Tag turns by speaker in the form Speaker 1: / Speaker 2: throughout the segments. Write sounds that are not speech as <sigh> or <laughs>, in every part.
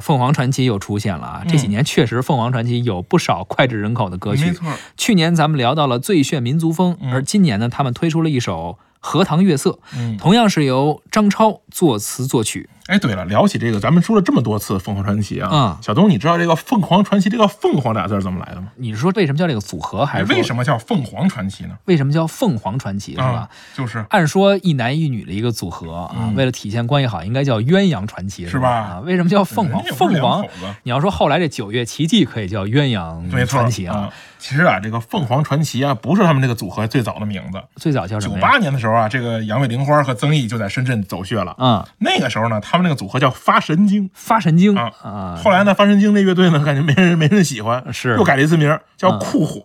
Speaker 1: 凤凰传奇又出现了啊！这几年确实，凤凰传奇有不少脍炙人口的歌曲。
Speaker 2: 嗯没错，
Speaker 1: 去年咱们聊到了《最炫民族风》，
Speaker 2: 嗯
Speaker 1: 而今年呢，他们推出了一首《荷塘月色》，
Speaker 2: 嗯，
Speaker 1: 同样是由张超作词作曲。
Speaker 2: 哎，对了，聊起这个，咱们说了这么多次凤凰传奇啊，
Speaker 1: 嗯
Speaker 2: 小东，你知道这个凤凰传奇这个凤凰俩字儿怎么来的吗？
Speaker 1: 你是说为什么叫这个组合，还
Speaker 2: 哎，
Speaker 1: 是
Speaker 2: 为什
Speaker 1: 么
Speaker 2: 么叫凤凰传奇呢？
Speaker 1: 为什么叫凤凰传奇是吧
Speaker 2: 啊？，就是
Speaker 1: 按说一男一女的一个组合啊，
Speaker 2: 嗯
Speaker 1: 为了体现关系好，应该叫鸳鸯传奇
Speaker 2: 是
Speaker 1: 吧？
Speaker 2: 吧
Speaker 1: 啊，为什么叫凤凰？
Speaker 2: 人家也不是
Speaker 1: 凤凰
Speaker 2: 两口子，
Speaker 1: 你要说后来这九月奇迹可以叫鸳
Speaker 2: 没
Speaker 1: 鸯
Speaker 2: 错
Speaker 1: 传奇啊，
Speaker 2: 啊。其实啊，这个凤凰传奇啊，不是他们这个组合最早的名字。
Speaker 1: 最早叫什
Speaker 2: 九
Speaker 1: 么呀？
Speaker 2: 八年的时候啊，这个杨卫玲花和曾毅就在深圳走穴了。
Speaker 1: 啊、
Speaker 2: 那个时候呢，他们那个组合叫发神经。
Speaker 1: 发神经
Speaker 2: 啊
Speaker 1: 啊，
Speaker 2: 后来呢，发神经这乐队呢，感觉没人没人喜欢，
Speaker 1: 是嗯
Speaker 2: 又改了一次名儿，叫酷火。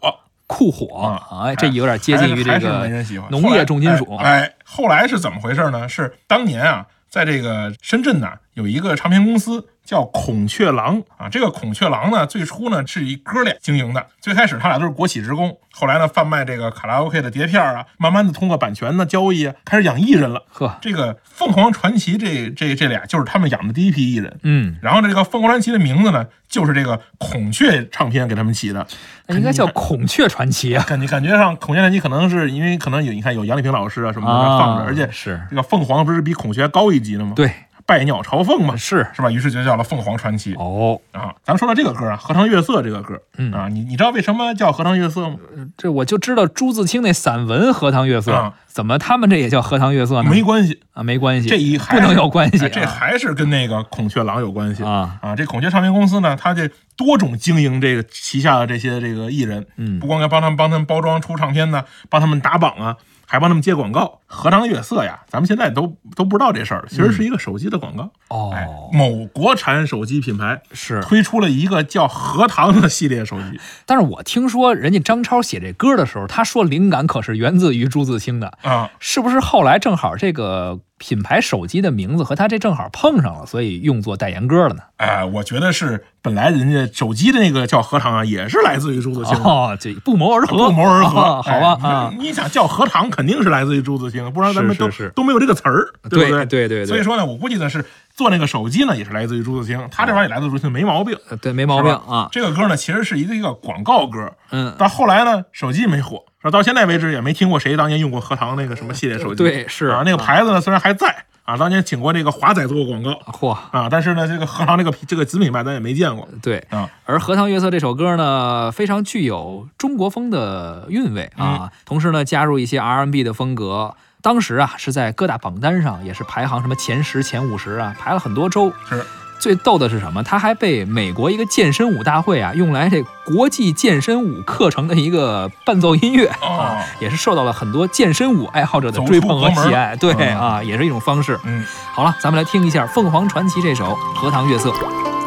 Speaker 1: 酷火
Speaker 2: 啊
Speaker 1: 啊，这有点接近于这
Speaker 2: 还是还是没
Speaker 1: 个
Speaker 2: 人喜欢
Speaker 1: 农业重金属
Speaker 2: 后来哎。哎，后来是怎么回事呢？是当年啊，在这个深圳呐、有一个唱片公司叫孔雀狼啊。这个孔雀狼呢，最初呢是一哥俩经营的，最开始他俩都是国企职工，后来呢贩卖这个卡拉 OK 的碟片啊，慢慢的通过版权呢交易啊，开始养艺人了。
Speaker 1: 呵，
Speaker 2: 这个凤凰传奇这这这俩就是他们养的第一批艺人。
Speaker 1: 嗯，
Speaker 2: 然后这个凤凰传奇的名字呢，就是这个孔雀唱片给他们起的。
Speaker 1: 那哎应该叫孔雀传奇啊
Speaker 2: 感觉感觉上孔雀传奇可能是因为可能有你看有杨丽萍老师啊什么的
Speaker 1: 啊
Speaker 2: 放着，而且嗯
Speaker 1: 是
Speaker 2: 这个凤凰不是比孔雀高一级的吗？，
Speaker 1: 对，
Speaker 2: 百鸟朝凤嘛，
Speaker 1: 是
Speaker 2: 是吧？于是就叫了凤凰传奇
Speaker 1: 哦，
Speaker 2: 啊。咱们说到这个歌啊，《荷塘月色》这个歌，
Speaker 1: 嗯
Speaker 2: 啊，你你知道为什么叫《荷塘月色》吗？
Speaker 1: 这我就知道朱自清那散文《荷塘月色》
Speaker 2: 啊
Speaker 1: 怎么他们这也叫《荷塘月色》呢？
Speaker 2: 没关系，
Speaker 1: 啊，没关系，
Speaker 2: 这一还
Speaker 1: 不
Speaker 2: 是
Speaker 1: 能有关系
Speaker 2: 哎
Speaker 1: 啊，
Speaker 2: 这还是跟那个孔雀狼有关系
Speaker 1: 啊
Speaker 2: 啊。这孔雀唱片公司呢，它这多种经营这个旗下的这些这个艺人，
Speaker 1: 嗯
Speaker 2: 不光要帮他们帮他们包装出唱片呢，帮他们打榜啊，还帮他们接广告。荷塘月色呀，咱们现在都都不知道这事儿，其实是一个手机的广告。哎
Speaker 1: 嗯哦，，
Speaker 2: 某国产手机品牌
Speaker 1: 是。
Speaker 2: 推出了一个叫荷塘的系列手机，
Speaker 1: <laughs> 但是我听说人家张超写这歌的时候，他说灵感可是源自于朱自清的，
Speaker 2: 啊，
Speaker 1: 是不是后来正好这个品牌手机的名字和他这正好碰上了，所以用作代言歌了呢？
Speaker 2: 哎，我觉得是本来人家手机的那个叫荷塘啊，也是来自于朱自清的。
Speaker 1: 哦，这不谋而合，
Speaker 2: 不谋而合，
Speaker 1: 啊好吧
Speaker 2: 哎
Speaker 1: 啊，
Speaker 2: 你想叫荷塘，肯定是来自于朱自清，不然咱们
Speaker 1: 是
Speaker 2: 都
Speaker 1: 是是
Speaker 2: 都没有这个词儿，
Speaker 1: 对
Speaker 2: 不对？
Speaker 1: 对对对
Speaker 2: 所以说呢，我估计呢是做那个手机呢，也是来自于朱自清，他这玩意儿也来自朱自清，没毛病。
Speaker 1: 呃对，没毛
Speaker 2: 是
Speaker 1: 病
Speaker 2: 吧
Speaker 1: 啊，
Speaker 2: 这个歌呢，其实是一个一个广告歌，
Speaker 1: 嗯，
Speaker 2: 但后来呢，手机没火，是吧到现在为止也没听过谁当年用过荷塘那个什么系列手机。
Speaker 1: 对是
Speaker 2: 啊，那个牌子呢虽然还在啊，当年请过这个华仔做过广告
Speaker 1: 嚯，
Speaker 2: 啊，但是呢，这个荷塘这个这个子品牌咱也没见过
Speaker 1: 对。
Speaker 2: 啊。
Speaker 1: 而《荷塘月色》这首歌呢，非常具有中国风的韵味啊，同时呢，加入一些 R&B 的风格。当时啊，是在各大榜单上也是排行什么前十、前五十啊，排了很多周。
Speaker 2: 是
Speaker 1: 最逗的是什么？它还被美国一个健身舞大会啊，用来这国际健身舞课程的一个伴奏音乐啊，
Speaker 2: 哦
Speaker 1: 也是受到了很多健身舞爱好者的追捧和喜爱。
Speaker 2: 走
Speaker 1: 对
Speaker 2: 出国门
Speaker 1: 啊，也是一种方式。
Speaker 2: 嗯，
Speaker 1: 好了，咱们来听一下凤凰传奇这首《荷塘月色》。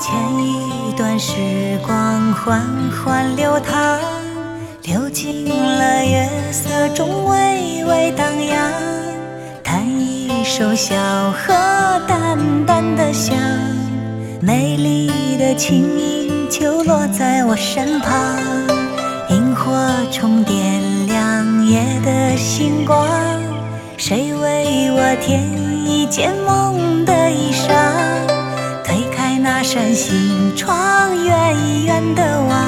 Speaker 3: 前一段时光缓缓流淌，流进了月色中微微荡漾。弹一首小河淡淡的香，美丽的琴音就落在我身旁，萤火虫点亮夜的星光，谁为我添一件梦的衣裳？推开那扇心窗，远远的望，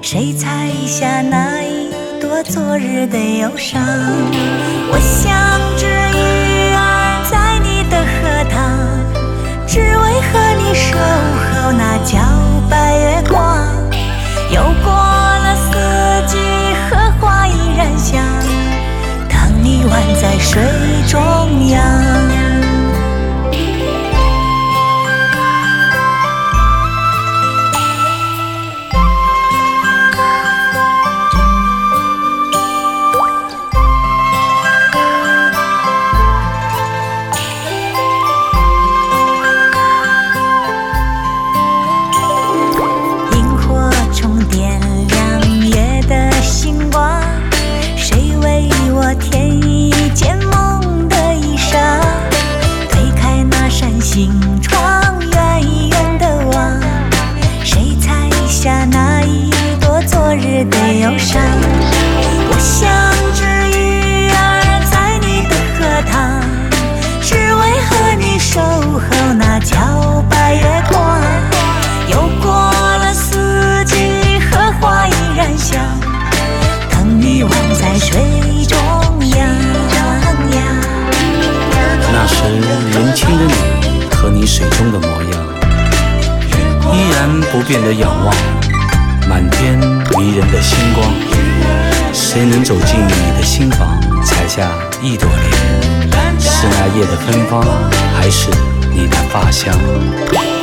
Speaker 3: 谁采下那一朵昨日的忧伤？我像只鱼儿在你的荷塘，只为和你守候那皎白月光。又过了四季，荷花依然香，当你宛在水中央。
Speaker 4: 然不变的仰望，满天迷人的星光。谁能走进你的心房，采下一朵莲？是那夜的芬芳，还是你的发香？